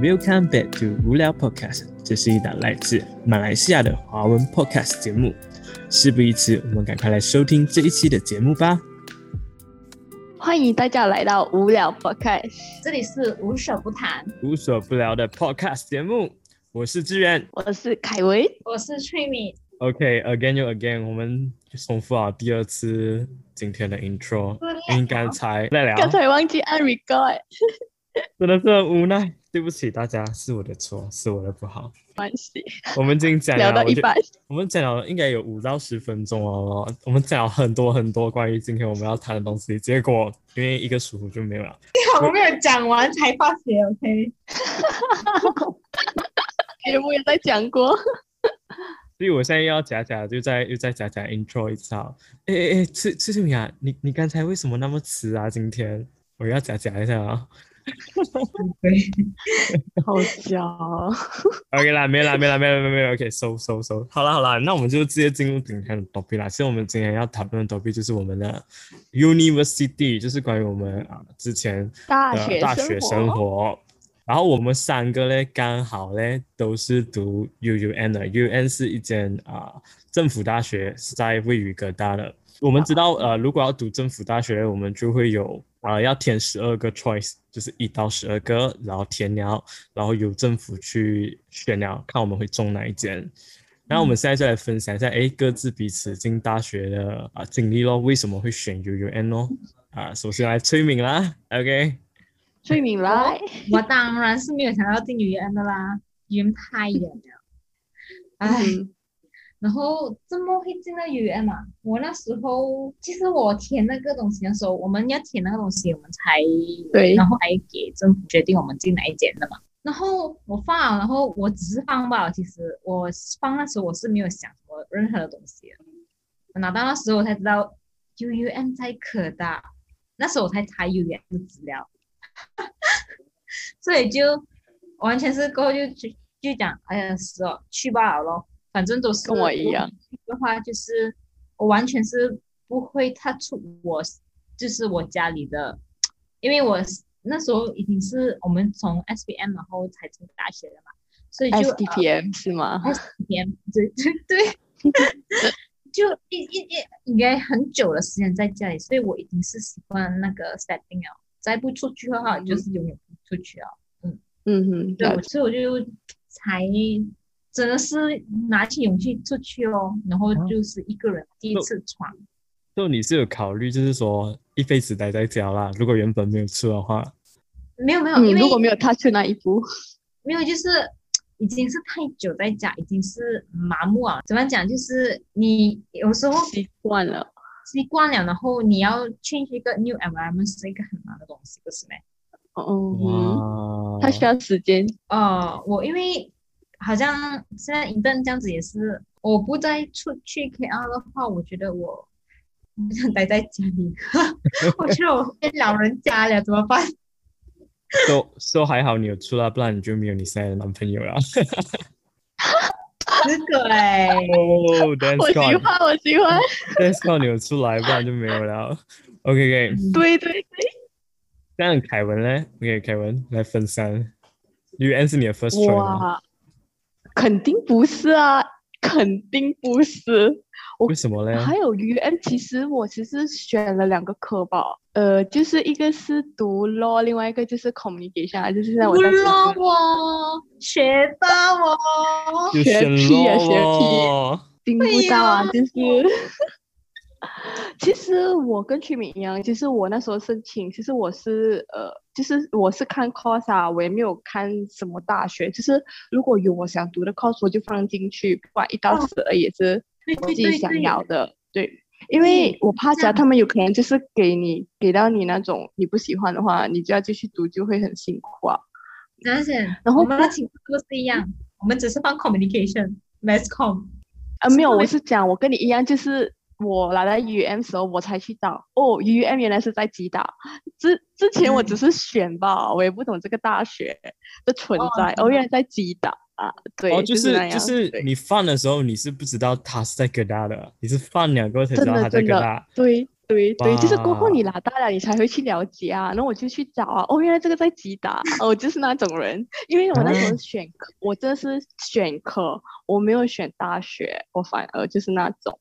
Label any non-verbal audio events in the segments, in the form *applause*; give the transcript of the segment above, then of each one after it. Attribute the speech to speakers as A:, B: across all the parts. A: Welcome back to 无聊 Podcast，这是一档来自马来西亚的华文 Podcast 节目。事不宜迟，我们赶快来收听这一期的节目吧。
B: 欢迎大家来到无聊 Podcast，
C: 这里是无所不谈，
A: 无所不聊的 Podcast 节目，我是志远。
B: 我是凯文。
C: 我是翠米。
A: OK，again、又 again，我们重复好第二次今天的 intro，因为刚才在聊，
B: 刚才忘记按 record，
A: 真的是很无奈，对不起大家，是我的错，是我的不好。
B: 没关系，
A: 我们已经讲
B: 聊
A: 了，
B: 到
A: 啊我
B: 一
A: 觉得
B: 半，
A: 我们讲了应该有五到十分钟哦，我们讲了很多很多关于今天我们要谈的东西，结果因为一个疏忽就没有了。
C: *laughs* 我没有讲完才发觉，OK？
B: 节目也在讲过。
A: 所以我现在又要假假，就再又再假假 intro 一次好。哎哎哎，崔崔俊明啊，你你刚才为什么那么迟啊？今天我要假假一下啊。
B: 好笑哦，
A: OK 啦，没啦，没啦，没啦，没啦没啦，OK，收收收，好啦好啦，那我们就直接进入今天的 topic 啦。其实我们今天要讨论的 topic 就是我们的 university，就是关于我们啊之前
B: 大
A: 的
B: 学
A: 大学生
B: 活，
A: 活。然后我们三个呢，刚好呢都是读 UUN 的，UUN 是一间啊、政府大学，是在位于哥大的。我们知道，呃，如果要读政府大学，我们就会有啊、要填十二个 choice，就是一到十二个，然后填了，然后由政府去选了，看我们会中哪一间。那
B: 嗯
A: 我们现在就来分享一下，哎，各自彼此进大学的啊、经历咯，为什么会选 UUN 咯？啊、首先来催眠啦，OK。
B: 所以你来，
C: *laughs* 我当然是没有想到进语言的啦，语言太远了。 *laughs* 唉，
B: 嗯，
C: 然后怎么会进到语言嘛？我那时候其实我填那个东西的时候，我们要填那个东西，我们才
B: 对
C: 然后还给政府决定我们进哪一间的嘛。然后我放了，然后我只是放罢了。其实我放那时候我是没有想什么任何的东西的。我拿到那时候我才知道 U U M 在科大，那时候我才查 U U M 的资料， *laughs* 所以就完全是过后就就就讲，哎呀，是哦，去罢了咯，反正都是
B: 跟我一样。
C: 的话，就是我完全是不会踏出我，就是我家里的，因为我是那时候已经是我们从 S B M 然后才进大学的嘛，所以就
B: S D P M 是吗？
C: 天，对 *laughs* 对对，就一一一应该很久的时间在家里，所以我已经是习惯那个 setting 了，再不出去的话
B: 嗯
C: 就是永远不出去了。
B: 嗯哼，
C: 对，
B: 了
C: 我所以我就才真的是拿起勇气出去哦，然后
B: 啊
A: 哦
C: 就是一个人第一次闯。
A: 就你是有考虑，就是说一辈子待在家啦。如果原本没有出的话，
C: 没有没有，
B: 嗯
C: 因为
B: 如果没有踏出那一步，
C: 没有，就是已经是太久在家，已经是麻木啊。怎么讲？就是你有时候
B: 习惯了，
C: 习惯了，然后你要 change 一个 new environment 是一个很难的东西，不是吗？
B: 嗯，
A: 哇，
B: 他需要时间，
C: 呃，我因为好像现在一顿这样子也是，我不再出去 KL 的话，我觉得我我想待在家里， *laughs* 我觉得我变老人家了，怎么办？
A: 都都还好，你有出啦，不然你就没有你现在的男朋友啦。
C: 这个哎、
A: 哦 d a n
B: *laughs* 我
A: c
B: 喜
A: o d
B: 欢，我喜欢，
A: d a n c o d 你有出来，不然就没有了。OK OK，
B: 对对对，
A: 这样凯文呢？OK，凯文来分三，UN 是你的 first choice 啊吗？
B: 哇，肯定不是啊，肯定不是，我
A: 为什么
C: 嗯
A: 呢？
B: 还有 U N，其实我其实选了两个科吧，呃，就是一个是读 law，另外一个就是 communication，啊就是现在我在读
C: 让我学霸我。
A: 就
B: 学
A: 选哦
B: 屁啊学屁
A: 咯
B: 听不
C: 对
B: 到啊，
C: 呀
B: 就是。其实我跟曲敏一样，其实我那时候申请，其实我是呃，就是我是看 course 啊，我也没有看什么大学，就是如果有我想读的 course，我就放进去，不管一到
C: 嗯
B: 十二也是
C: 对
B: 我
C: 对
B: 自
C: 对
B: 己
C: 哦对，
B: 想要的，对。因为我怕
C: 这
B: 讲
C: 样
B: 他们有可能就是给你给到你那种你不喜欢的话，你就要继续读，就会很辛苦啊。
C: 张姐，
B: 然后
C: 我们的情况都是一样，嗯我们只是放 communication、mass com。
B: 啊，没有，
C: 是
B: 我
C: 会
B: 是讲我跟你一样，就是我拿到 U M 时候我才去找哦，U M 原来是在吉打，之之前我只
C: 嗯
B: 是选吧，我也不懂这个大学的存
C: 哦
B: 在，哦，
C: 明白
B: 原来在吉打啊，对，
A: 哦，
B: 就
A: 就是
B: 那样
A: 就是
B: 对
A: 你放的时候，你是不知道他是在哥大的，你是放两个才知
B: 真
A: 道
B: 的
A: 他在
B: 真
A: 哥
B: 的
A: 大。
B: 对对对，就是过后
A: 哇
B: 你拿到了，你才会去了解啊。然后我就去找啊，哦，原来这个在吉打，我就是那种人。因为我那时候选科，我真的是选科，我没有选大学，我反而就是那种。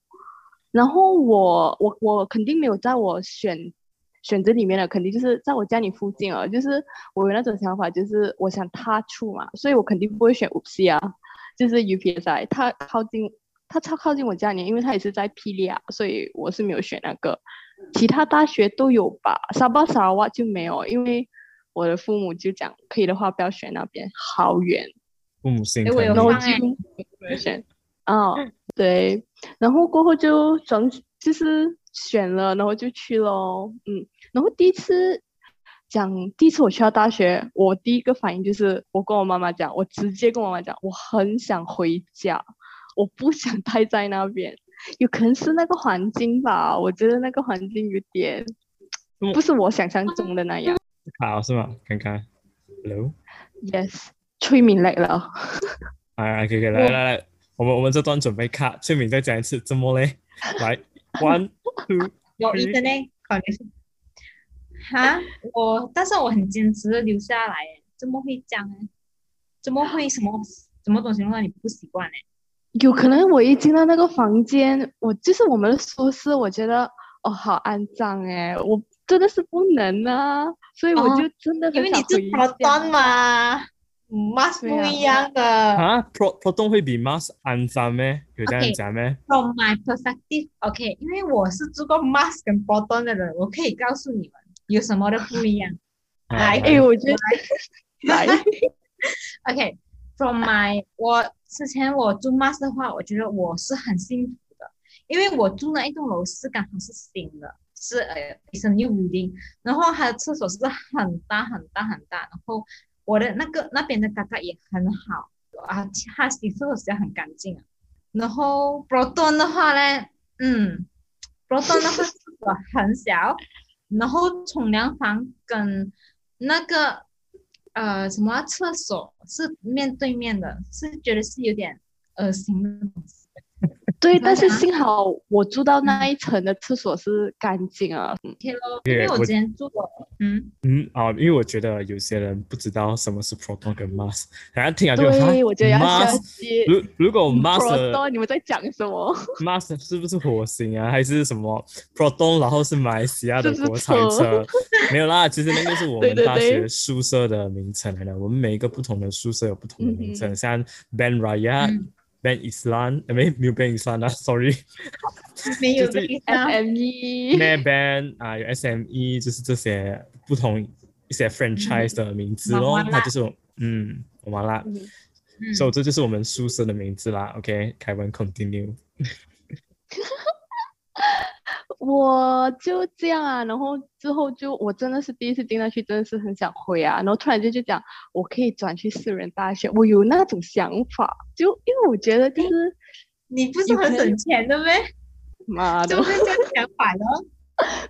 B: 然后我我我肯定没有在我选选择里面的，肯定就是在我家里附近啊。就是我有那种想法，就是我想踏出嘛，所以我肯定不会选 UPC 啊，就是 UPSI，它靠近它超靠近我家里，因为它也是在霹雳啊，所以我是没有选那个。其他大学都有吧，沙巴沙拉瓦就没有，因为我的父母就讲，可以的话不要选那边，好远。
A: 父母心
C: 哎
A: 疼
C: 我有
B: 然后
A: 你。
C: 放哎
B: 就没选， *laughs* 啊，对，然后过后就转，就是选了，然后就去咯，嗯，然后第一次讲，第一次我去到大学，我第一个反应就是，我跟我妈妈讲，我直接跟我妈妈讲，我很想回家，我不想待在那边，有可能是那个环境吧，我觉得那个环境有点
A: 嗯。
B: 不是我想象中的那样
A: 好是吗？看看，Hello，
B: ，yes，催眠来了。
A: 啊，可以可以，来来来，我们我们这段准备 cut，翠敏再讲一次，怎么
B: *laughs*
A: 嘞？来，one two，
C: 有
A: Okay.
C: internet connection。哈，我但是我很坚持地留下来耶，怎么会这样呢？怎么会什么什么东西让你不习惯呢？
B: 有可能我一进到那个房间，我就是我们的宿舍，我觉得哦好肮脏哎，我真的是不能啊，所以我
C: 哦
B: 就真的
C: 因
B: 很
C: 为
B: 想
C: 你
B: 回
C: 是 pro
B: 家。
C: ton 嘛，mass
B: 对啊
C: 不一样的。
A: 啊，pro pro 动会比 mass 肮脏咩？有这样
C: Okay.
A: 讲咩？
C: From my perspective，OK，、因为我是做过 mass 跟 pro ton 的人，我可以告诉你们有什么的不一样。
A: 啊
C: 来
B: 哎，我觉得
C: *laughs*
B: 来
C: OK，from、my 我之前我住 mas 的话，我觉得我是很幸福的，因为我住那一栋楼是刚好是新的，是呃一 n e w building，然后它的厕所是很大很大很大，然后我的那个那边的嘎嘎也很好啊，它洗厕所实际上很干净啊。然后 Broton 的话呢，嗯，Broton 的话厕所很小，然后冲凉房跟那个呃什么厕所是面对面的，是觉得是有点恶心的东西。
B: 对，但是
C: 想
B: 幸好我住到那一层的厕所是干净啊，嗯
C: OK 咯，因
A: OK，
C: 为我
A: 我
C: 之前住过，嗯，
A: 嗯啊，因为我觉得有些人不知道什么是 proton 跟 mass，大家听啊就哈
B: 对，我觉得要下
A: mass，
B: 机。
A: 如如果 mass 的
B: Proton，你们在讲什么？
C: 啊
A: Mars 是不是火星啊？还是什么 Proton？然后是马来西亚的
B: 是不是
A: 国产车？ *laughs* 没有啦，其实那个是我们
B: 对对
A: 大学
B: 对
A: 宿舍的名称来的。我们每一个不同的宿舍有不同的名
B: 嗯
A: 称，像 Ben Raya、
C: 嗯
A: Ben Islan，呃没没有 Ben Islan 啊，sorry，
B: *laughs*
C: 没有
A: 就是
C: 这个啊
B: SME，
A: 那 Ben 啊有 SME，就是这些不同一
B: 嗯
A: 些 franchise 的名字
C: 麻
A: 咯
C: 麻。辣
A: 它就是嗯，完啦，
B: *laughs* 嗯
C: 嗯
A: 所以这就是我们宿舍的名字啦。OK，凯文 continue。
B: 我就这样啊，然后之后就我真的是第一次进到去，真的是很想回啊，然后突然间就讲我可以转去私人大学，我有那种想法，就因为我觉得就是
C: 你不是很省钱的咩？
B: 妈的
C: 就，是这样想法的。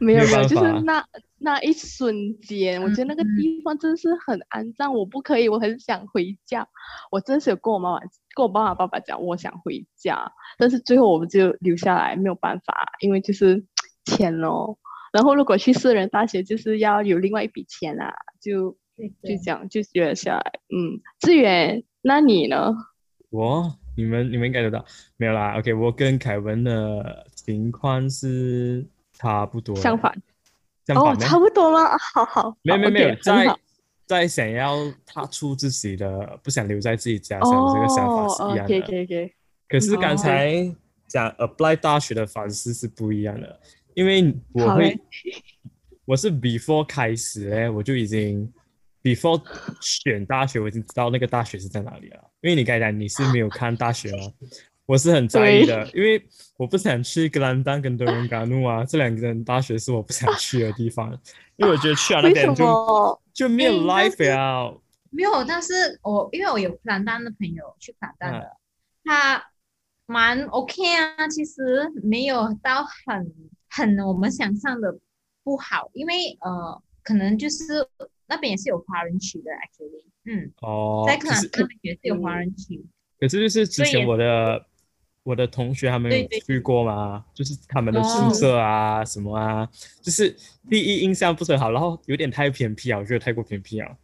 B: 没
A: 没
B: 有
A: 有
B: 没有，
A: 办
B: 就是
A: 法
B: 那那一瞬间，我觉得那个
C: 嗯
B: 地方真的是很肮脏，我不可以，我很想回家，我真的是有跟我妈妈、跟我爸爸、爸爸讲我想回家，但是最后我们就留下来，没有办法，因为就是钱咯。然后如果去私人大学，就是要有另外一笔钱啦，就
C: 对
B: 就
C: 对
B: 这样就留下来。嗯，志远，那你呢？
A: 我你们你们应该知道，没有啦。OK，我跟凯文的情况是差不多的，
B: 相反
A: 相
B: 哦，
A: 反咩
B: 差不多了，好好，
A: 没有没有
B: 好
A: 没有，
B: ，OK，很
A: 在
B: 好
A: 在想要踏出自己的，不想留在自己家乡的这个想法是一
B: 哦
A: 样的。
B: ，OK OK OK，
A: 可是
C: 哦
A: 刚才讲 apply 大学的方式是不一样的，因为我
B: 好
A: 会
B: 嘞，
A: *laughs* 我是 before 开始嘞，我就已经 before 选大学，我已经知道那个大学是在哪里了。因为你刚才讲你是没有看大学吗？我是很在意的，因为我不想去格兰丹跟德伦嘎努啊，这两个大学是我不想去的地方，因为我觉得去了那
B: 为什
A: 边就
B: 么？
A: 就没有
C: 哎那是
A: life 了。
C: 没有，但是我因为我有普兰丹的朋友去普兰丹的，
B: 嗯
C: 他蛮 OK 啊，其实没有到很很我们想象的不好，因为呃，可能就是那边也是有华人区的，actually，嗯，
A: 哦
C: 在，克
A: 可
C: 兰
A: 是
B: 嗯
C: 丹那边也是有华人区，
A: 可是就是之
C: 所以
A: 前我的我的同学他们
C: 对
A: 有
C: 对
A: 去过嘛，就是他们的
C: 哦
A: 宿舍啊、什么啊，就是第一印象不是很好，然后有点太偏僻啊，我觉得太过偏僻啊，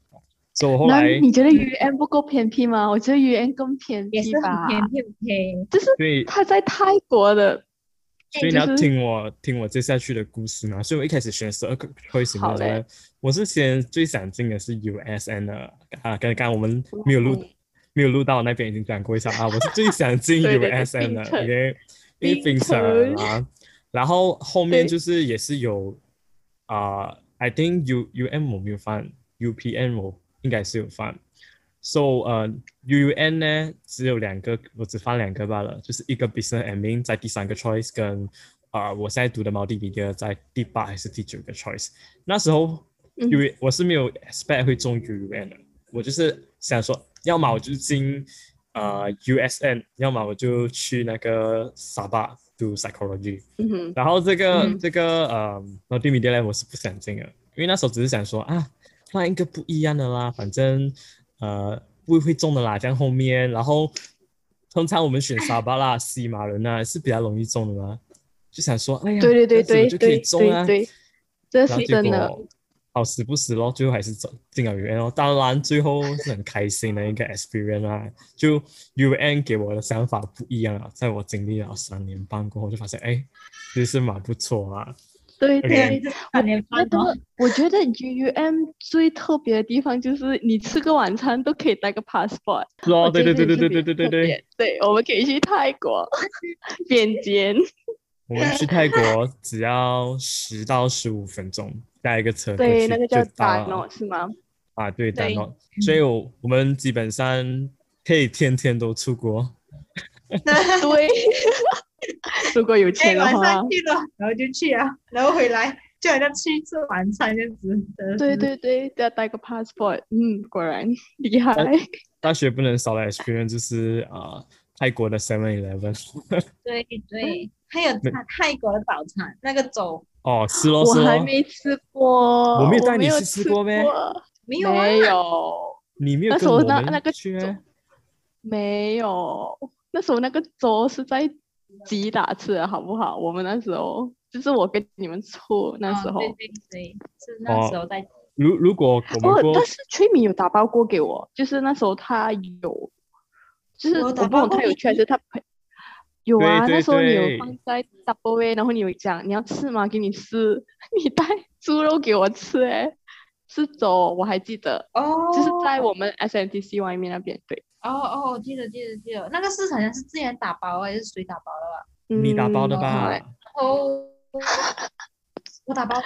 A: 所以我后
B: 那
A: 来嗯
B: 你觉得 U N 不够偏僻吗？我觉得 U N 更偏
C: 也是
B: 僻吧
C: 很。偏僻，OK。
B: 就是
A: 对
B: 他在泰国的，
A: 所以你要
B: 就是
A: 听我听我接下去的故事嘛。所以我一开始选十二个会什么
B: 好嘞
A: 呢？我是先最想进的是 USN 的啊，刚刚我们没有录
B: 嗯
A: 没有录到那边已经讲过一下啊，我是最想进
B: 对对对
A: USN 的
B: 槟城
A: ，OK，因为
B: 槟
A: 冰
B: 城
A: 城啊，然后后面
B: 对
A: 就是也是有啊、i think U U M 我没有放，U P N 我应该是有放。So 呃、u U N 呢只有两个，我只放两个罢了，就是一个 Business Admin 在第三个 choice 跟啊、呃我现在读的 Multimedia 在第八还是第九个 choice。那时候
B: 嗯
A: 因为我是没有 expect 会中 U U N 的，我就是想说，要么我就进呃 U S N，要么我就去那个沙巴读 psychology。
B: 嗯哼，
A: 然后这个、
C: 嗯
A: 这个呃 multimedia 呢，我是不想进的，因为那时候只是想说啊，换一个不一样的啦，反正呃不会中的啦，这样后面，然后通常我们选沙巴啦、西马人啊是比较容易中的嘛，就想说哎呀，
B: 对对对
A: 这样子我就
B: 对
A: 可以
B: 对
A: 中啊
B: 对，对，这
A: 然后
B: 是
A: 结
B: 真的。
A: 果好死不死咯，最后还是走进了 UN 哦。当然，最后是很开心的一个 experience 啦。就 UN 给我的想法不一样了，在我经历了三年半过后，就发现哎，其实蛮不错啊。
B: 对对
A: OK
C: 半年
B: 那
C: 半
B: 个
C: 哦，
B: 我觉得 U U M 最特别的地方就是你吃个晚餐都可以带个 passport。
A: 是哦，
B: 我觉
A: 对
B: 得
A: 对对对
B: 这
A: 对
B: 里
A: 对对对
B: 特
A: 对，
B: 别，对，我们可以去泰
A: *laughs*
B: 国边间。
A: 我们去泰国 *laughs* 只要十到十五分钟，搭一个车过去
B: 对，那个叫
A: 就到
B: 达诺是吗？ *laughs*
A: 啊，对
C: 对
A: Danone，所以我我们基本上可以天天都出国。 *laughs*
B: 对，如果有
C: *laughs* 哎，
B: 钱的
C: 晚
B: 话
C: 上。去了，然后就去啊，然后回来就好像去吃晚餐这样子。真的
B: 对
C: 是，
B: 对对，要带个 passport。嗯，
A: *laughs*
B: 果然厉害。
A: 哎大学不能少了 experience 就是啊、泰国的 Seven Eleven。
B: 哎
C: 对对，还有
A: 对
C: 泰泰国的早餐，那个粥
A: 哦，是咯
B: *laughs* 我
A: 是
B: 还
A: 咯，
B: 没吃过，
A: 我
B: 没
A: 没有带你去
B: 吃
A: 吃过咩
C: 没
B: 没
C: 有啊？
B: 有，
A: 你没有
B: 那时
A: 跟
B: 候
A: 我
B: 那那
A: 们
B: 个
A: 去
B: 走
A: 咩？
B: 没有。那时候那个粥是在吉打吃的，好不好？我们那时候就是我跟你们处那
A: 啊
B: 时
C: 哦
B: 候，
C: 对对对，是那时候在
A: 如如果我们
B: 哦，
A: 过
B: 但是崔敏有打包过给我，就是那时候他有，就是
C: 我
B: 我
C: 打
B: 不
C: 包
B: 懂
C: 过
B: 他有
C: 给
B: 去还是他朋有啊，
A: 对对
B: 那时候你
A: 对
B: 有放在 double A，然后你有讲你要吃吗？给你吃，你带猪肉给我吃、欸，哎，是走，我还记得，
C: 哦，
B: 就是在我们 SMTC 外面那边，对，
C: 哦哦，我记得记得记得，那个是好像是自己人打包啊还是谁打包的吧？
A: 你打包的
B: 嗯
A: 吧？
B: 对
C: 哦，我打包，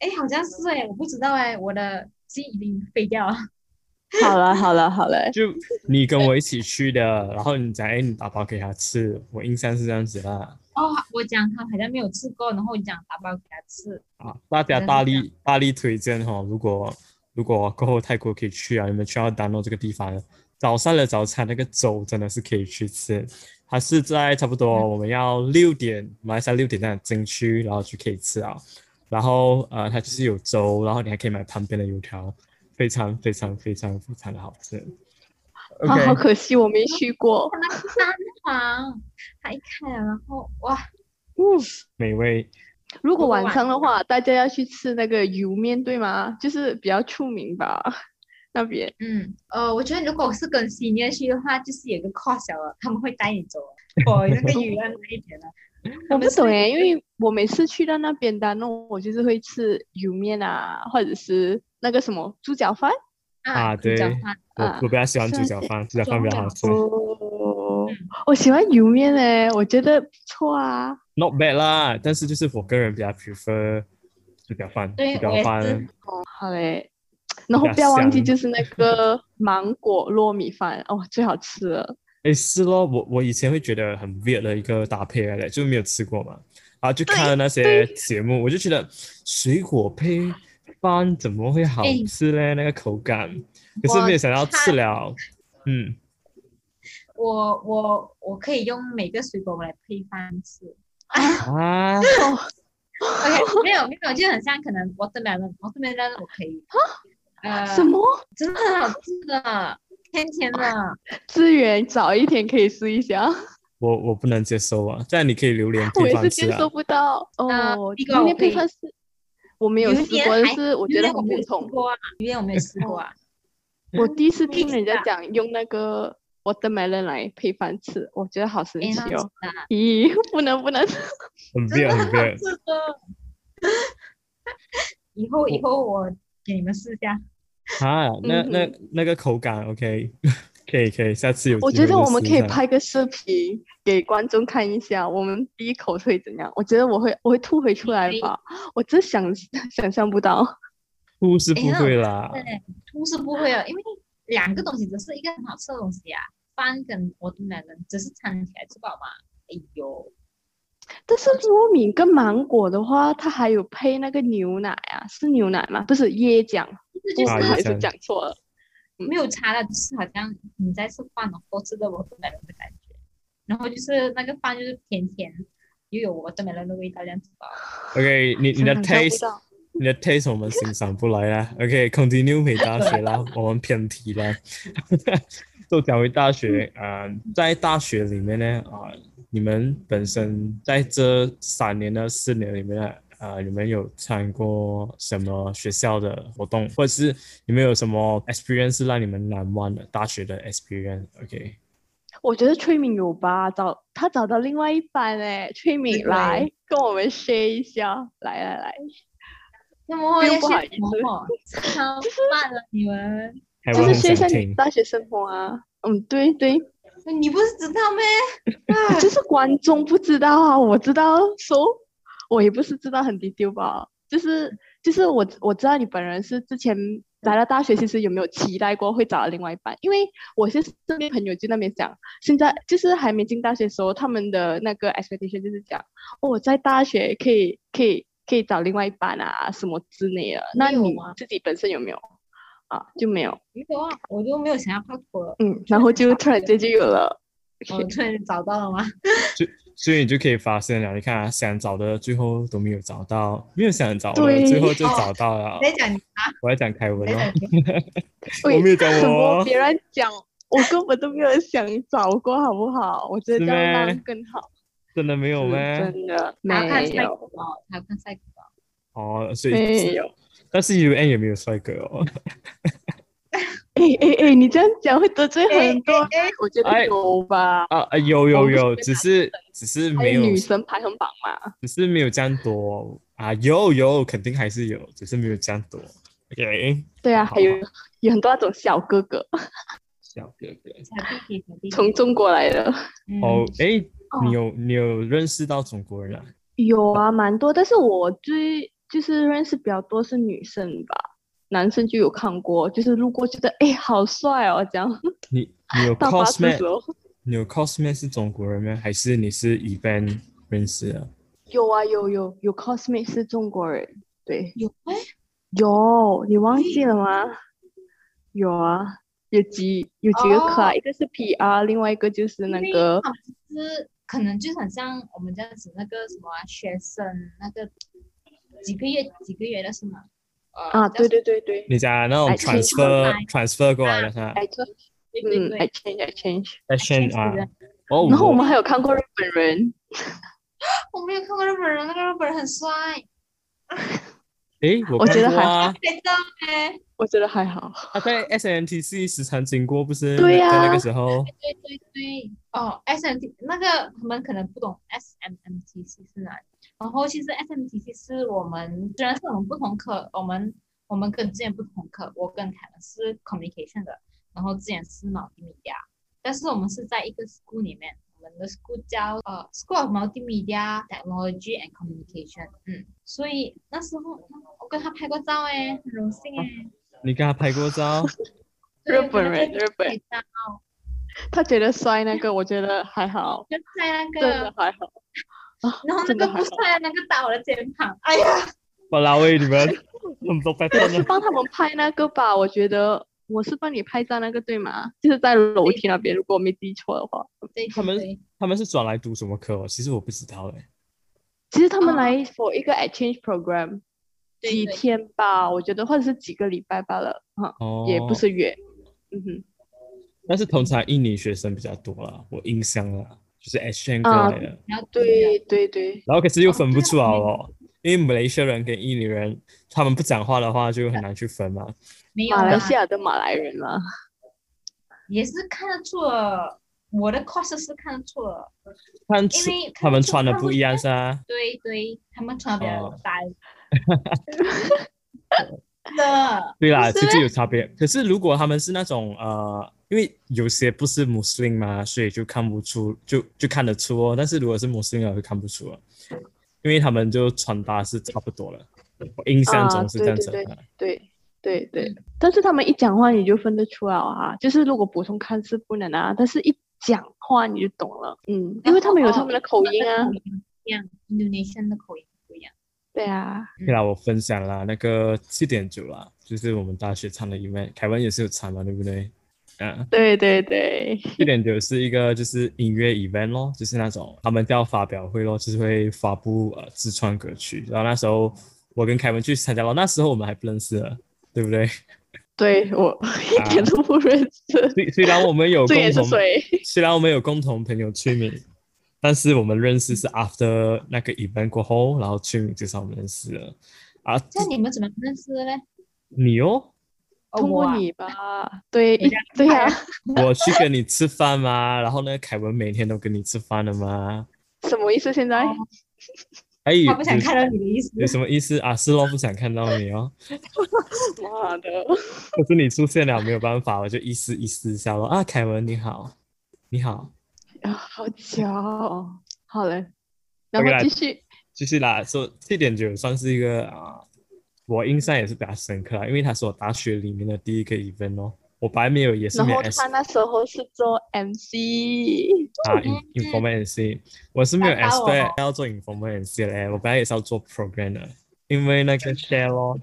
C: 哎，好像是哎，我不知道哎，我的记忆力废掉哦了。
B: 好了好了好了，
A: 就你跟我一起去的，然后你讲哎，你打包给他吃，我印象是这样子啦。
C: 哦，我讲他好像没有吃过，然后我讲打包给他吃。
A: 啊，大家
C: 嗯
A: 大力大力推荐哈、哦，如果如果过后泰国可以去啊，你们去到丹诺这个地方，早上的早餐那个粥真的是可以去吃，它是在差不多
C: 嗯
A: 我们要六点，马来西亚六点那样进去，然后就可以吃啊。然后呃，它就是有粥，然后你还可以买旁边的油条，非常非常非常非常的好吃。OK，、
B: 啊，好可惜我没去过，
C: 那个蛋黄，他一看，然后哇，
B: 嗯。
A: 美味。
B: 如果
C: 果
B: 晚
C: 晚
B: 上的话，大家要去吃那个油面，对吗？就是比较出名吧，那边。
C: 嗯，呃，我觉得如果是跟新年去的话，就是有一个 cost 了，他们会带你走，我
B: *laughs*
C: 那个语言那一点呢，
B: 我
C: 们
B: 不懂欸
C: 是
B: 诶，因为我每次去到那边的，那我就是会吃油面啊，或者是那个什么猪脚饭。
A: 啊
C: 猪脚
A: 对
C: 饭
A: 我、
B: 啊
A: 我比较喜欢
B: 是
A: 猪
B: 啊
A: 脚
B: 是
A: 饭，猪脚饭比较好吃
B: 哦，我喜欢油面诶，我觉得不错啊。
A: ，not bad 啦。但是就是我个人比较 prefer 猪脚饭，
C: 对
A: 猪脚
C: 我也是
A: 饭
B: 好嘞，然后
A: 比较
B: 不要忘记
A: 香
B: 就是那个芒果糯米饭哦，最好吃了。
A: 诶，是咯，我我以前会觉得很 weird 的一个搭配来的，就没有吃过嘛，然后就看了那些节目，我就觉得水果配饭怎么会好
C: 诶
A: 吃
B: 哎
A: 嘞？那个口感，可是
C: 我
A: 没有想到
C: 看
A: 吃了，嗯，
C: 我我我可以用每个水果来配饭吃。
A: 啊，
B: *laughs*
C: OK，没有没有，就很像可能 watermelon，watermelon 我可以，呃，
B: 啊
A: 嗯
B: 什么
C: 真的很好吃的，甜甜的，
B: 资源早一天可以试一下？
A: 我我不能接受啊。这样你可以榴莲
B: 我
A: 配
B: 也
A: 饭
B: 是
A: 吃
B: 接
A: 啊
B: 受。不到
C: 那
B: 哦。
C: 呃第一个
B: 榴
C: 我
B: 莲配
C: 会
B: 饭是，我没有
C: 榴
B: 试
C: 莲
B: 过，但
C: 还
B: 是我觉
C: 榴
B: 得
C: 莲我
B: 很
C: 没有
B: 普
C: 吃
B: 通。
C: 过啊，榴莲我没有吃过啊。
B: *laughs* 我第一次
C: 可以
B: 听人家
C: 的
B: 讲用那个 watermelon 来配饭吃，我觉得好神
C: 哎，
B: 奇
C: 那
B: 哦。
C: 真的啊
B: 咦， *laughs* 不能不能，
A: 很
C: 真
A: 别
C: 的
A: 很
C: 好
A: 别
C: 吃，
B: *laughs*
C: 的。以后以后我给你们试一下。
A: 啊，那
B: 嗯
A: 那那个口感 OK，可 *laughs* 以可以，下次有
B: 我
A: 机
B: 觉
A: 会
B: 得
A: 就
B: 我们
A: 试
B: 可以
A: 一下
B: 拍个视频给观众看一下，我们第一口会怎样？我觉得我会我会吐回出来
C: 可以
B: 吧，我真想 *laughs* 想象不到。
A: 吐是
C: 哎
A: 不
C: 那
A: 会啦，
B: 啊
C: 对，吐是不会哦的，因为两个东西只是一个很好吃的东西啊，饭跟我们两个人只是掺起来吃饱嘛。哎呦，
B: 但是糯米跟芒果的话，它还有配那个牛奶啊，是牛奶吗？不是椰浆，
C: 这就
B: 我
A: 啊
B: 还
A: 椰
C: 是
B: 是
A: 浆
B: 讲错了。
C: 没有差的，就是好像你在吃饭哦，多吃的我们两个的感觉。然后就是那个饭就是甜甜，又有我这边的味道，这样子吧。
A: OK，你你的
B: 想象不
A: taste，
B: 到
A: 你的 taste 我们欣赏不来啦。OK，continue、回大学
B: *laughs*
A: 啦，我们偏题啦。 *laughs* 就讲回大学，呃，在大学里面呢，啊、你们本身在这三年的四年里面呢，呃，你们有参过什么学校的活动，或者是你们有什么 experience 是让你们难忘的大学的 experience？OK，、
B: 我觉得崔敏有吧，找他找到另外一班哎，崔敏
C: 对
B: 来跟我们 share 一下，来来来，
C: 那么
B: 又
C: 要
B: 不好
C: 学
B: 意
C: 什么？
B: *laughs*
C: 超慢了你们，
A: 还
B: 就
A: 哎我
B: 是
A: 很
B: share 一下
A: 想
B: 你
A: 听。
B: 大学生活啊。嗯，对对，
C: 你不是知道咩？
B: *laughs*
C: 啊
B: 就是观众不知道啊，我知道，so 我也不是知道很低丢吧，就是就是我我知道你本人是之前来到大学，其实有没有期待过会找到另外一半？因为我是身边朋友就那边讲，现在就是还没进大学的时候，他们的那个 expectation 就是讲，哦，我在大学可以可以可以找另外一半啊什么之类的。那
C: 没有啊
B: 你
C: 吗
B: 自己本身有没有啊？就没有，
C: 没有啊，我就没有想要泡拖了。
B: 嗯，然后就突然间就有
C: *laughs*
B: 了。
C: 我突然找到
B: *laughs*
C: 了吗？
A: 所以你就可以发现了，你看、啊、想找的最后都没有找到，没有想找的
B: 对
A: 最后就找到了。
C: 在讲你，
A: 我在讲凯文
C: 在
A: 哦
B: 哎
C: 讲，你。
A: *laughs* 我
B: 喂
A: 没有讲
B: 什
A: 我
B: 么
A: 哦，
B: 别人讲，我根本都没有想找过，好不好？我觉得
A: 是
B: 这样
A: 咩
B: 浪更好。
A: 真的没有
B: 是
A: 咩？
B: 真的
C: 还要看
B: 没
C: 赛果
B: 有
C: 哦，还要看赛果哦。
A: 哦，所
B: 没
A: 以
B: 有。
A: 但是 U N 也没有帅哥
B: *laughs*
A: 哦。
B: 哎哎哎，你这样讲会得罪
C: 哎
B: *laughs* 很多人，
C: 哎哎
B: 我觉
A: 哎
B: 得有吧？
A: 啊啊有
B: 哦我
A: 有
B: 不是
A: 有，
B: 跟
A: 只
B: 他
A: 是只是
B: 还
A: 没
B: 有
A: 有
B: 女，神排行榜嘛？
A: 只是没有这样多啊。有有，肯定还是有，只是没有这样多。OK，
B: 对啊，
A: 好
B: 还有有很多那种小哥哥
A: 小哥哥。
C: 小弟弟，小弟弟。
B: 从中国来的，
C: 嗯
A: 哦，哎，你
B: 哦
A: 有你有认识到中国人啊？
B: 有啊，蛮多。但是我最就是认识比较多是女生吧，男生就有看过，就是路过觉得哎好帅哦，这样
A: 你你有
B: 大巴士
A: cosmet
B: 的时候。
A: 你有 cosman 是中国人吗？还是你是 event 认识的？
B: 有啊，有有有，cosmic 是中国人，对，
C: 有哎，
B: 有，你忘记了吗？有啊，有几有几
C: 哦
B: 个可爱，一个是 PR，另外一个就是那
C: 因为
B: 个，啊
C: 他们就是可能就很像我们这样子那个什么啊学生那个几个月几个月的是吗？呃
B: 啊，
C: 叫
B: 对
C: 什么
B: 对对对
A: 你讲那种
B: 哎是
A: transfer
C: 是
A: transfer 过来的是吧
B: ，I just
C: 对对
B: 嗯
C: 对
B: ，I change I change，
A: ？Action 啊，哦，
B: 然后我们还有看过日本人，
C: 我没有看过日本人，那个日本人
B: *laughs*
C: 很帅，
A: 诶，我
B: 我
A: 看
B: 觉得
A: 过啊，
C: 拍照哎，
B: 我觉得还好，
A: 他在 SMTC 时常经过，不是？
B: 对呀
A: 在那个时候，
C: 对对对，哦，S M T 那个他们可能不懂 S M M T C 是哪里，然后其实 S M T C 是我们虽然是我们不同课，我们我们跟之前不同课，我跟凯文是 communication 的，然后之前是 multimedia，但是我们是在一个 school 里面，我们的 school 叫呃 School of Multimedia Technology and Communication，嗯，所以那时候我跟他拍过照哎，很荣幸哎，
A: 你跟他拍过
B: *laughs*
A: 照，
B: 日
C: 对
B: 本人日本，
C: 跟他
B: 他觉得帅那个，我觉得还好，
C: 就在那
B: 真
C: 个
B: 的。还好，啊，
C: 然后那
B: 真的
C: 个
B: 还
C: 不
B: 好，
C: 帅的那个打我的肩膀，哎呀，
A: 我拉喂你们，我们都拍照
B: 我是
A: 了。
B: 帮他们拍那个吧，我觉得我是帮你拍照那个对吗？就是在楼梯那边，如果我没记错的话。
C: 对
A: 他们
C: 对
A: 他们是转来读什么科哦？其实我不知道诶。
B: 其实他们
C: 哦
B: 来 for 一个 exchange program，
C: 对
B: 几
C: 对
B: 天吧，我觉得或者是几个礼拜罢了，哈、
A: 哦，
B: 也不，是远。嗯哼，
A: 但是通常印尼学生比较多啦，我印象啦，就是 exchange 过
B: 啊
A: 来的。
C: 然后
B: 对对对，
A: 然后可是又
C: 哦
A: 分
C: 对
A: 不
C: 啊
A: 出来
C: 没
A: 哦，因为马来西亚人跟印尼人他们不讲话的话就很难去分嘛。
C: 没有
B: 马来
C: 啦
B: 西亚的马来人啊啦，
C: 也是看得出了，我的 cos 是看得出了，
A: 看
C: 因
A: 出
C: 为
A: 他们穿的
C: 看
A: 不一样噻、啊。
C: 对对，他们穿的比较
A: 哦
B: *laughs*
C: 呆。真的，
A: 对啦，
C: 不
A: 其
C: 是
A: 实有差别。可是如果他们是那种呃，因为有些不是 Muslim 嘛，所以就看不出，就就看得出哦。但是如果是 Muslim 的，就看不出了，因为他们就穿搭是差不多了。我印象
B: 啊
A: 中是这
B: 对
A: 样
B: 对
A: 子
B: 对
A: 的。
B: 对对对
C: 嗯。
B: 但是他们一讲话你就分得出来啊，就是如果普通看是不能啊，但是一讲话你就懂了，嗯，因为他们有他们的口音
C: 他
B: 啊
C: 们，的口音不一样，Indonesian 的口音不一样。
B: 对啊，
A: 对啦，我分享啦，那个七点九啦，就是我们大学唱的 event，凯文也是有唱嘛，对不对？嗯、
B: 对对对，
A: 一点九是一个就是音乐 event 咯，就是那种他们叫发表会咯，就是会发布呃自创歌曲。然后那时候我跟凯文去参加了，那时候我们还不认识了，对不对？ *laughs*
B: 对我 *laughs* 一点都不认识，
A: 虽虽然我们有
B: 这
A: 共
B: 也是
A: 同，
B: 谁？
A: 虽然我们有共同朋友崔敏，但是我们认识是
C: 嗯
A: after 那个 event 过后，然后崔敏介绍我们认识了啊，
C: 这样你们怎么认识的嘞？
A: 你哦。
C: 哦
B: 通
C: 我
B: 过
C: 啊
B: 你吧，对啊
C: 人家
B: 对呀、
A: 我去跟你吃饭嘛，然后呢，凯文每天都跟你吃饭的嘛。
B: 什么意思？现在、
C: 哦
A: 哎，有
C: 他不想看到你的意思。
A: 有有什么意思啊？是咯，不想看到你哦。
B: 妈的，
A: 可是你出现了，没有办法，我就意思意思一下咯。啊，凯文你好，你好，
B: 啊 *laughs* 好骄傲。好嘞，然
A: OK 啦
B: 后继续
A: 继续啦。说这点就算是一个啊，我印象也是比较深刻啦，因为他是我大学里面的第一个 event 哦。我白没有也是
B: 然
A: 没有
B: 后
A: S
B: 他那时候是做 MC，
A: 啊 i n f o r m a n c 我是没有
C: 打扰我
B: 哦
A: expect 要做 i n f o r m a n c 嘞，我本来也是要做 program 的，因为那个 share 咯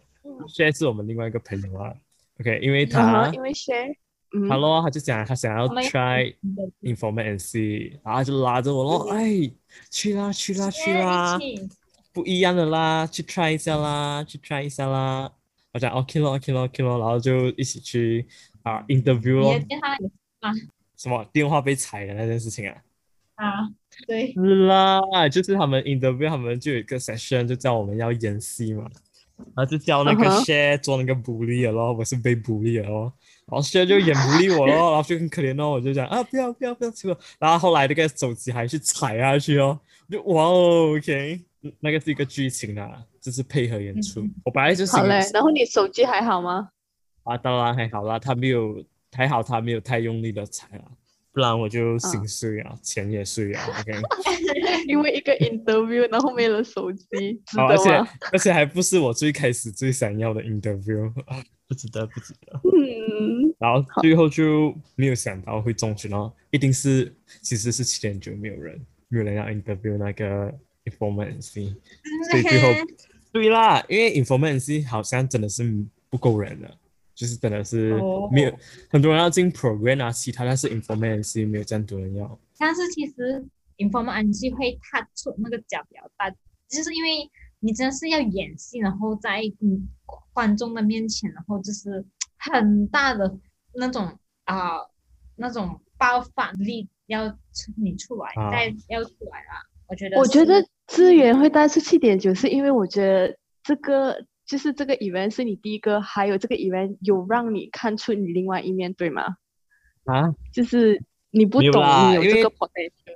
A: ，share 是我们另外一个朋友啊。OK，因为
B: 嗯然
A: 他
B: 后因为 share，嗯，
A: 他咯，他就讲他想要
C: 我们
A: try
C: 嗯
A: informant and see，然后他就拉着我咯，哎，去啦去啦去
B: 啊
A: 啦，
C: 一起
A: 不一样的啦，去 try 一下啦，去 try 一下啦。我讲 OK 咯 OK 咯 OK 咯，然后就一起去啊 interview
C: 你
A: 咯
C: 的，电话也
A: 什么电话被踩的那件事情啊，
C: 啊，对，
A: 是啦，就是他们 interview 他们就有一个 session 就叫我们要演戏嘛，然后就叫那个
B: 嗯哼
A: share 做那个 bully 了咯，我是被 bully 了咯，然后 share 就演 bully
B: *laughs*
A: 我咯，然后就很可怜哦，我就讲啊不要不要不要吃了，然后后来那个手机还去踩下去哦，我就哇哦 OK，嗯那个是一个剧情啊，就是配合演出，
C: 嗯
A: 我本来就心
B: 好
A: 里
B: 嘞，然后你手机还好吗？ *laughs*
A: 啊当然还好啦，他没有还好他没有太用力的踩啊，不然我
B: 嗯
A: 就心碎啊，钱也碎啊，OK。
B: 因为一个 interview，然后没了手机，值
A: 哦好，而且
B: 得吗？
A: 而且还不是我最开始最想要的 interview，啊不值得不值得。
B: 嗯，
A: 然后
B: 好
A: 最后就没有想到会中选哦，一定是其实是七点九没有人没有人要 interview 那个 informant，所以最后对啦，因为 informant 好像真的是不够人的，就是真的是
C: 哦
A: 没有、很多人要进 program 啊，其他但是 informant 没有这样多人要。
C: 但是其实 inform a n g 会踏出那个脚比较大，就是因为你真的是要演戏，然后在嗯观众的面前，然后就是很大的那种啊、那种爆发力要出你出来，
A: 啊
C: 再要出来啦。我觉得
B: 我觉
C: 是
B: 得资源会带出七点九，是因为我觉得这个就是这个 event 是你第一个，还有这个 event 有让你看出你另外一面，对吗？
A: 啊，
B: 就是你不
A: 没有
B: 懂
A: 啦
B: 你有
A: 因
B: 这
A: 为
B: 个 potential，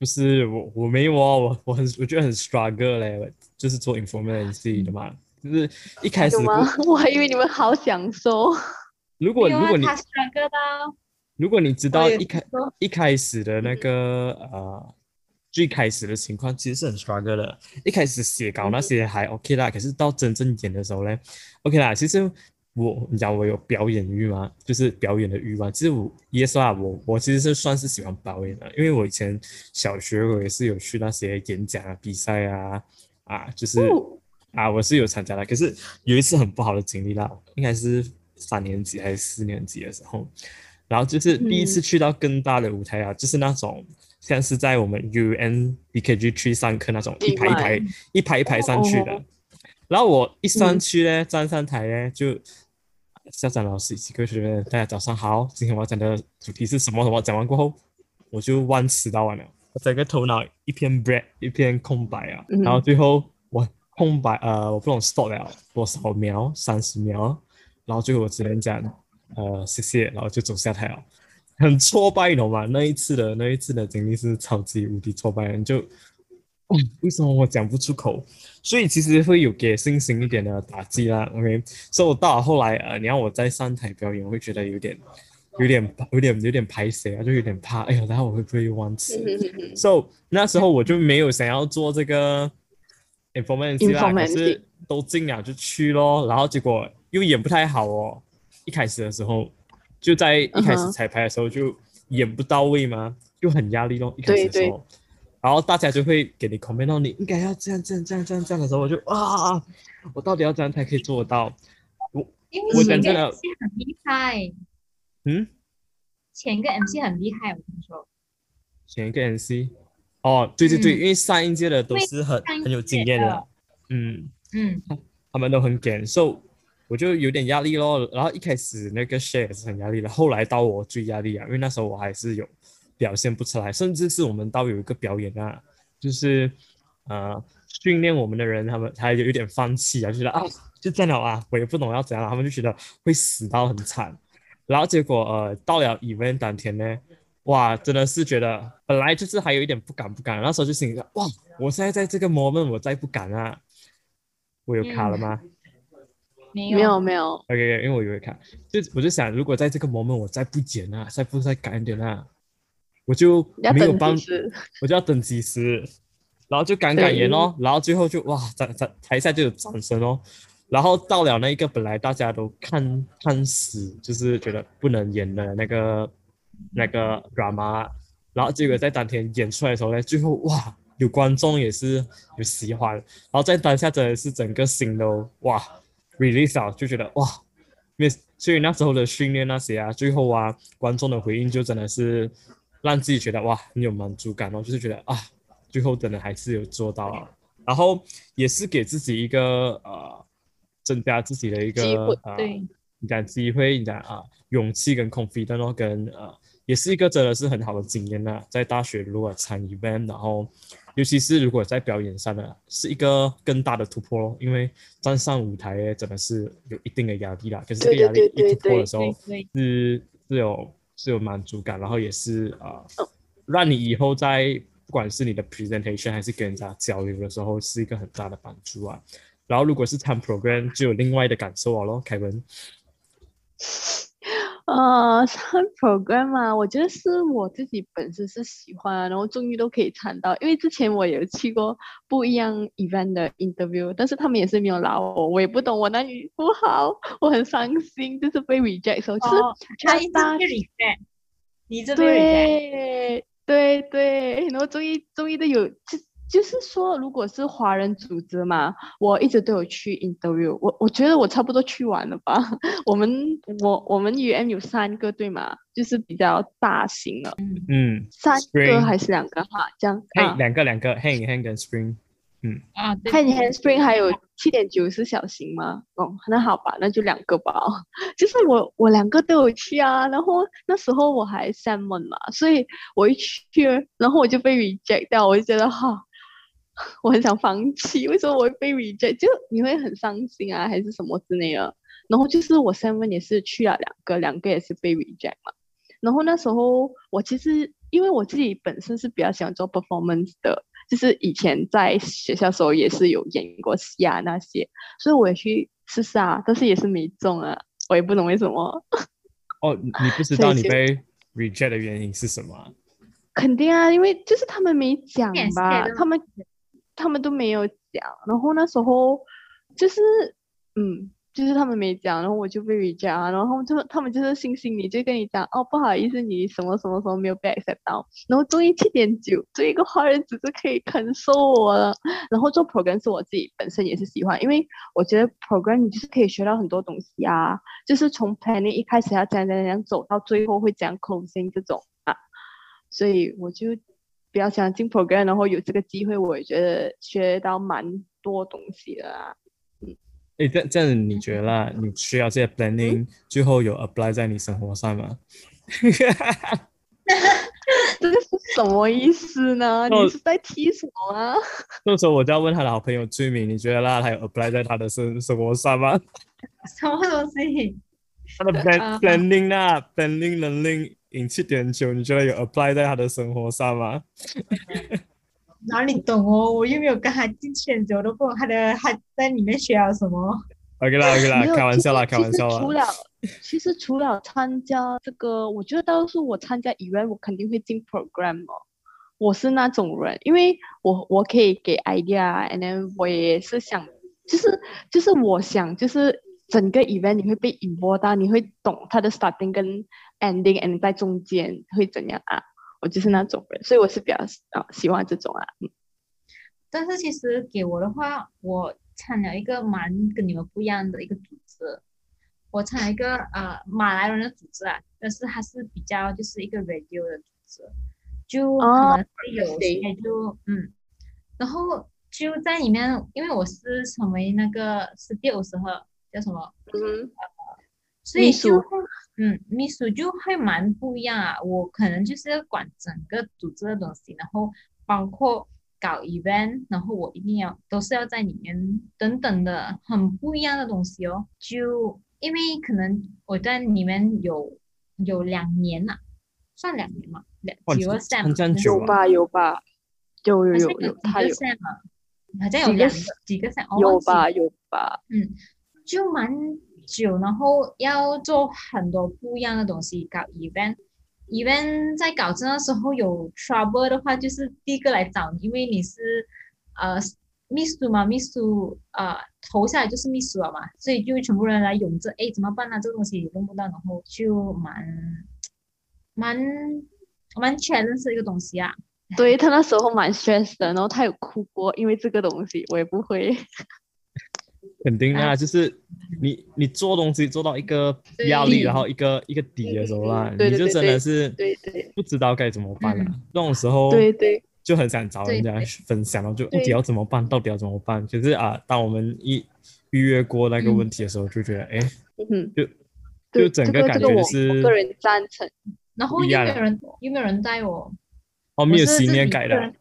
A: 不是我，我没有哦，我我很我觉得很 struggle 嘞，我就是做
C: 嗯
A: information 的嘛，就是一开始
B: 有吗
A: 不，
B: *laughs* 我还以为你们好享受，
A: 如果
C: 没有
A: 如
C: 啊
A: 果你
C: 他是那个的，
A: 如果你知道
C: 我也嗯
A: 一开
C: 说
A: 一开始的那个呃最开始的情况，其实是很 struggle 的。一开始写稿那些还 OK 啦，可是到真正演的时候嘞，OK 啦。其实我你讲我有表演欲吗？就是表演的欲望。其实我 yes 啦，我我其实是算是喜欢表演的，因为我以前小学我也是有去那些演讲啊、比赛啊啊，就是。
B: 哦
A: 啊，我是有参加的，可是有一次很不好的经历啦，应该是三年级还是四年级的时候，然后就是第一
B: 嗯
A: 次去到更大的舞台啊，就是那种像是在我们 UN BKG 区上课那种一
B: 明
A: 排一排一排一排上去的，
B: 哦
A: 然后我一上
B: 嗯
A: 去呢，站上台呢就。校长、老师以及各位学员，大家早上好。今天我要讲的主题是什么？什么？讲完过后，我就忘词到完了。整个头脑一片 blank 一片空白啊，
B: 嗯
A: 然后最后我空白呃我不懂 stop 了多少秒三十秒，然后最后我只能讲呃谢谢，然后就走下台了，很挫败，你懂吗？那一次的那一次的经历是超级无敌挫败的，你就。哦为什么我讲不出口？所以其实会有给信心一点的打击啦。OK，所、以我到了后来呃，你让我在上台表演，我会觉得有点、有点、有点、有点排斥啊，就有点怕。哎呀，然后我会不会又忘词？So 那时候我就没有想要做这
B: *laughs*
A: 个 informant 啦，可
B: Informative
A: 是都进了就去咯，然后结果又演不太好哦。一开始的时候就在一开
B: 嗯
A: 始
B: 哼
A: 彩排的时候就演不到位嘛，就很压力咯。一开始的时
B: 对
A: 候，然后大家就会给你 comment 到你应该要这样这样这样这样这样的时候，我就啊，我到底要怎样才可以做得到？
C: 因
A: 我
C: 为前
A: 讲真
C: 个
A: 的
C: MC 很厉害，
A: 嗯，
C: 前个 MC 很厉害，我跟你说，
A: 选一个 MC。哦，对对对，
C: 嗯
A: 因为上一届的都是很
C: 因为上一届的
A: 很有经验的，嗯。
C: 嗯，
A: 他们都很感受，我就有点压力咯。然后一开始那个 share 也是很压力的，后来到我最压力啊，因为那时候我还是有表现不出来，甚至是我们到有一个表演啊，就是呃训练我们的人，他们他有一点放弃啊，就觉得啊就这样了啊，我也不懂要怎样了，他们就觉得会死到很惨。然后结果呃到了 event 当天呢，哇，真的是觉得本来就是还有一点不敢不敢，那时候就心里想哇，我现在在这个 moment 我再不敢啊，我有卡了吗？
C: 没
B: 没有没有，
A: OK，因为我有看，就我就想，如果在这个 moment 我再不剪啊，再不再赶一点啊，我就
B: 你要
A: 没有
B: 等
A: 帮
B: 几，时？
A: 我就要等几时，然后就赶赶演咯，然后最后就哇，台台台下就有掌声哦，然后到了那一个本来大家都看看死，就是觉得不能演的那个那个 drama，然后结果在当天演出来的时候呢，最后哇，有观众也是有喜欢，然后在当下真的是整个心都哇 release 啊，就觉得哇，miss，所以那时候的训练那些啊，最后啊，观众的回应就真的是让自己觉得哇很有满足感哦，就是觉得啊，最后真的还是有做到啊，
B: 嗯
A: 然后也是给自己一个呃增加自己的一个
B: 机会
A: 呃
C: 对，
A: 你讲机会，你讲啊勇气跟 confidence 哦，跟呃也是一个真的是很好的经验啦。在大学如果参 event，然后尤其是如果在表演上呢，是一个更大的突破咯。因为站上舞台诶真的是有一定的压力啦，可是这个
B: 对对
A: 压力一
B: 对对
A: 突破的时候
C: 对对，
A: 是是有是有满足感，然后也是啊、呃
B: 哦
A: 让你以后在不管是你的 presentation 还是跟人家交流的时候，是一个很大的帮助啊。然后如果是参 program，就有另外的感受了咯，凯文。
B: 呃，上 program 啊，我觉得是我自己本身是喜欢啊，然后终于都可以参到，因为之前我有去过不一样 event 的 interview，但是他们也是没有拉我，我也不懂我那里不好，我很伤心，就是被 reject 的时候，就是
C: 哦，他一直
B: 大
C: 被 regret，你 *laughs* 这边 regret，
B: 对对对，然后中医中医的有就就是说，如果是华人组织嘛，我一直都有去 interview，我我觉得我差不多去完了吧。 *laughs* 我们我我们 UM 有三个对吗？就是比较大型的，
A: 嗯，
B: 三个
A: Spring
B: 还是两个哈？这样
A: 嘿，
B: 啊。
A: 两个两个 hang hang 跟 spring，
C: 啊，对
B: Hand handspring 还有七点九是小型吗？哦，那好吧，那就两个吧。 *laughs* 就是我我两个都有去啊，然后那时候我还 salmon 嘛，所以我一去，然后我就被 reject 掉，我就觉得哈、 *laughs* 我很想放弃。为什么我会被 reject？就你会很伤心啊，还是什么之类的。然后就是我 salmon 也是去了两个，两个也是被 reject 嘛。然后那时候我其实因为我自己本身是比较喜欢做 performance 的，就是以前在学校时候也是有演过戏啊那些，所以我也去试试啊，但是也是没中啊，我也不懂为什么。
A: 哦，你你
B: *laughs*
A: 不知道
B: 所
A: 你
B: 以就
A: 被 reject 的原因是什么啊？
B: 肯定啊，因为就是他们没讲
C: 面试
B: 吧
C: 的，
B: 他们他们都没有讲，然后那时候就是嗯。就是他们没讲，然后我就被 reject 啊，然后他们就他们就是信心你就跟你讲哦，不好意思，你什么什么什么没有被 accept 到，然后终于七点九，这一个华人只是可以肯收我了。然后做 program 是我自己本身也是喜欢，因为我觉得 program 你就是可以学到很多东西啊，就是从 planning 一开始要怎样怎样怎样走到最后会怎样 closing 这种啊，所以我就比较想进 program，然后有这个机会，我也觉得学到蛮多东西的啊。
A: 诶，这这样你觉得啦，你需要
B: 嗯
A: 这些 planning，、最后有 apply 在你生活上吗？
B: 这个是什么意思呢？
A: 那
B: 你是在踢什么啊？
A: 那时候我就要问他的好朋友追明，你觉得啦，他有 apply 在他的生生活上吗？
C: *laughs* 什么东西？
A: 他
B: 呃
A: 的 plan
C: 啊
A: planning 啊，planning 能力引七点九，你觉得有 apply 在他的生活上吗？
C: 哪里懂哦？我又没有跟他进选择，我都不懂他的他在里面学了什么。
A: OK 啦，OK 啦
B: 没，有
A: 啊开玩
B: 其
A: 笑啦，
B: 实
A: 开玩笑
B: 其实除
A: 啦。
B: 了其实除了参加这个，我觉得到时候我参加 event，我肯定会进 program 哦。我是那种人，因为我我可以给 idea，and then 我也是想，就是就是我想就是。整个 event 你会被 involved 到，你会懂它的 starting 跟 ending，and then 在中间会怎样啊？我就是那种人，所以我是比较啊、喜欢这种啊，嗯
C: 但是其实给我的话，我参了一个蛮跟你们不一样的一个组织，我参了一个呃马来人的组织啊，但是它是比较就是一个 radio 的组织，就可
B: 哦
C: 能会有
B: 对
C: 些就、嗯，然后就在里面，因为我是成为那个十六时候叫什么，
B: 嗯
C: 所以
B: 秘
C: 就
B: 书
C: 会嗯，秘书就会蛮不一样啊。我可能就是要管整个组织的东西，然后包括搞 event，然后我一定要都是要在里面等等的，很不一样的东西哦。就因为可能我在里面有有两年了、算两年嘛，两
A: 哇
C: 几个
A: 你
C: sem，
A: 参加很久
B: 有
A: 啊
B: 吧有吧，有有
C: 好像
B: 有有，
C: 有几
B: 他
C: 个
B: 有
C: sem 啊，好像有
B: 几个
C: 两个几个 sem，哦
B: 有
C: 忘记
B: 吧有吧，
C: 嗯，就蛮久，然后要做很多不一样的东西，搞 event。event 在搞这的时候有 trouble 的话，就是第一个来找你，因为你是呃秘书嘛，秘书呃投下来就是秘书了嘛，所以就全部人来涌着，哎，怎么办呢、这个东西也弄不到，然后就蛮蛮蛮 challenge 的一个东西啊。
B: 对他那时候蛮 stress 的，然后他有哭过，因为这个东西我也不会。
A: 肯定啦，
C: 啊
A: 就是你你做东西做到一个
C: 对
A: 压力，
B: 底
A: 然后一个一个底的时候啦，
B: 对
A: 你
B: 对
A: 就
B: 对
A: 真的是
B: 对对
A: 不知道该怎么办了。这种时候，
B: 对对，
A: 就很想找人
C: 嗯对
A: 家分享，然后就到
B: 对
A: 底要怎么办，到底要怎么办。可是啊，当我们一预约过那个问题的时候，就觉得哎，
B: 嗯，
A: 就就
B: 对
A: 整
B: 这
A: 个
B: 个
A: 感
B: 这个
A: 觉
B: 我
A: 是
B: 我个人赞成。
C: 然后
A: 不一
C: 又
A: 样
C: 没
A: 啊
C: 有人又没有人带我，
A: 哦，
C: 我
A: 没有
C: 是
A: 信
C: 自
A: 念
C: 己
A: 改
C: 一
A: 的啊
C: 个人，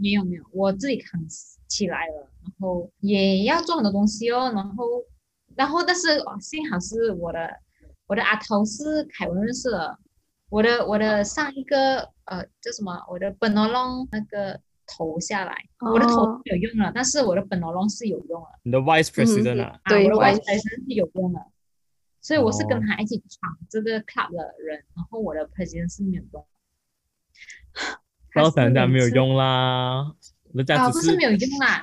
C: 没有没有，我自己扛起来了，然后也要做很多东西哦，然后然后但是哦幸好是我的我的阿头是凯文认识的，我的我的上一个呃叫什么，我的本罗龙那个投下来，我的头
B: 哦
C: 没有用了，但是我的本罗龙是有用了，
A: 你的 vice president 啊，
C: 啊，
B: 对
C: 我的
B: 我
C: 外
B: 也
C: 财神是有用的，所以我是
A: 哦
C: 跟他一起闯这个 club 的人，然后我的 president 是没有用的。
A: *laughs* 然后人家没有
C: 他是每次
A: 用啦，人
C: 啊，
A: 家
C: 不
A: 只
C: 是没有用啦，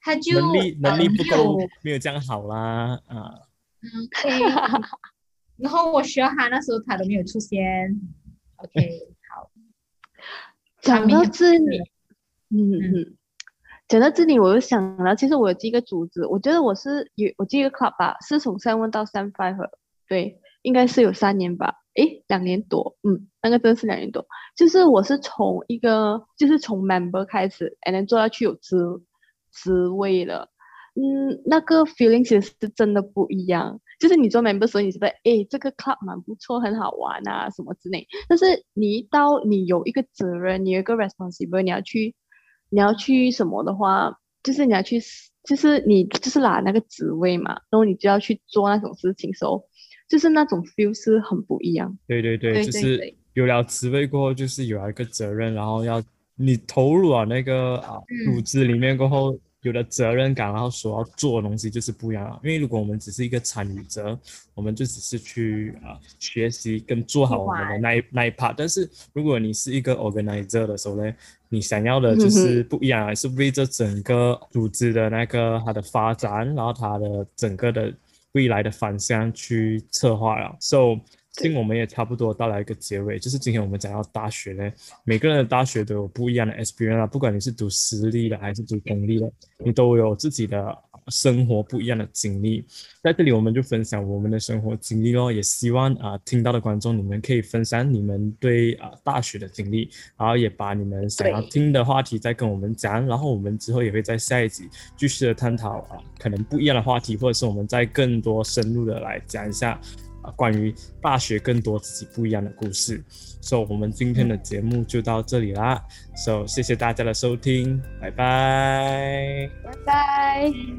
C: 他就
A: 能力能力
C: 呃
A: 不
C: 没
A: 够
C: 有，
A: 没有这样好啦啊。
C: OK，然后我学他那时候他都没有出现，OK，好，
B: 讲
C: 没
B: 到
C: 有
B: 这里
C: 没有，
B: 嗯
C: 嗯
B: 嗯，讲到这里我就想到，其实我有记一个组织，我觉得我是有我记一个 club 吧，是从三 one 到三 five，对，应该是有三年吧，诶，两年多，嗯，那个真的是两年多，就是我是从一个就是从 member 开始，and then 做到去有职职位了。嗯，那个 feeling 其实是真的不一样。就是你做 member 的时候，你觉得诶这个 club 蛮不错，很好玩啊什么之类。但是你一到你有一个责任，你有一个 responsible，你要去你要去什么的话，就是你要去，就是你就是拿那个职位嘛，然后你就要去做那种事情时候，就是那种 feel 是很不一样。
A: 对对对，
C: 对
A: 就
C: 对
A: 是
C: 对
A: 有了职位过后，就是有了一个责任，然后要你投入了那个啊
C: 嗯
A: 组织里面过后，有了责任感，然后所要做的东西就是不一样了。因为如果我们只是一个参与者，我们就只是去啊学习跟做好我们的
C: 玩
A: 那一那一 part。但是如果你是一个 organizer 的时候呢，你想要的就是不一样，啊是为这整个组织的那个它的发展，然后它的整个的未来的方向去策划了。So，
B: 对
A: 今我们也差不多到了一个结尾，就是今天我们讲到大学呢，每个人的大学都有不一样的 experience 啊，不管你是读私立的还是读公立的，你都有自己的生活不一样的经历。在这里我们就分享我们的生活经历咯，也希望啊、听到的观众你们可以分享你们对啊、大学的经历，然后也把你们想要
B: 对
A: 听的话题再跟我们讲，然后我们之后也会在下一集继续的探讨啊、可能不一样的话题，或者是我们再更多深入的来讲一下啊、啊关于大学更多自己不一样的故事。所、以我们今天的节目就到这里啦，so 谢谢大家的收听，拜拜。
B: 拜拜。
C: 嗯